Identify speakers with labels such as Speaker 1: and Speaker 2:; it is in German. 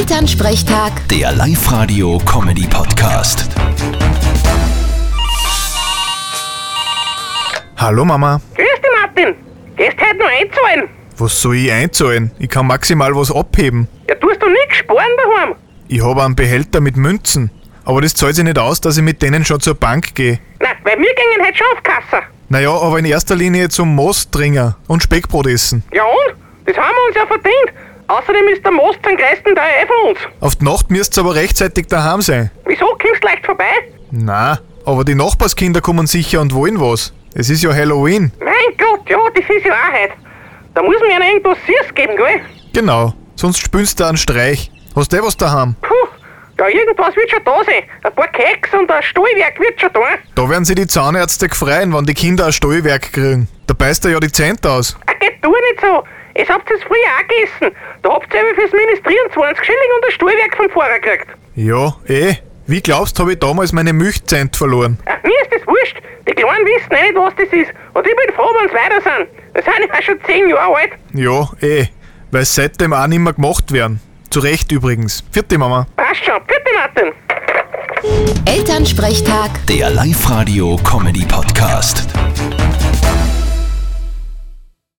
Speaker 1: Elternsprechtag,
Speaker 2: Der Live-Radio-Comedy-Podcast.
Speaker 3: Hallo Mama,
Speaker 4: Grüß dich, Martin. Gehst heute noch einzahlen?
Speaker 3: was soll ich einzahlen? Ich kann maximal was abheben.
Speaker 4: Ja, tust du nix sparen daheim?
Speaker 3: Ich habe einen Behälter mit Münzen, aber das zahlt sich nicht aus, dass ich mit denen schon zur Bank gehe.
Speaker 4: Na, weil wir gingen heute schon auf Kasse.
Speaker 3: Naja, aber in erster Linie zum Mostdringer und Speckbrot essen.
Speaker 4: Ja und? Das haben wir uns ja verdient. Außerdem ist der Most zum größten Teil eh von uns.
Speaker 3: Auf die Nacht müsst's aber rechtzeitig daheim sein.
Speaker 4: Wieso kommst du leicht vorbei?
Speaker 3: Na, aber die Nachbarskinder kommen sicher und wollen was. Es ist ja Halloween.
Speaker 4: Mein Gott, ja, das ist ja auch heute. Da muss mir einer irgendwas Süßes geben, gell?
Speaker 3: Genau, sonst spülst du einen Streich. Hast du eh was daheim?
Speaker 4: Puh, ja, irgendwas wird schon da sein. Ein paar Keks und ein Stallwerk wird schon da.
Speaker 3: Da werden sie die Zahnärzte gefreien, wenn die Kinder ein Stallwerk kriegen. Da beißt er ja die Zähne aus.
Speaker 4: Ach, Ah, geht du nicht so. Es habt ihr es früher auch gegessen. Da habt ihr aber fürs Ministrieren 20 Schilling und ein Stallwerk vom Fahrer gekriegt.
Speaker 3: Ja, eh. Wie glaubst, habe ich damals meine Milchzent verloren.
Speaker 4: Ach, Uh, mir ist das wurscht. Die Kleinen wissen eh nicht, was das ist. Und ich bin froh, wenn's weiter sind. Das sind ja schon zehn Jahre alt.
Speaker 3: Ja, eh. Weil seitdem auch nimmer gemacht werden. Zu Recht übrigens. Vierte Mama.
Speaker 4: Passt schon. Bitte, Martin.
Speaker 1: Elternsprechtag.
Speaker 2: Der Live-Radio-Comedy-Podcast.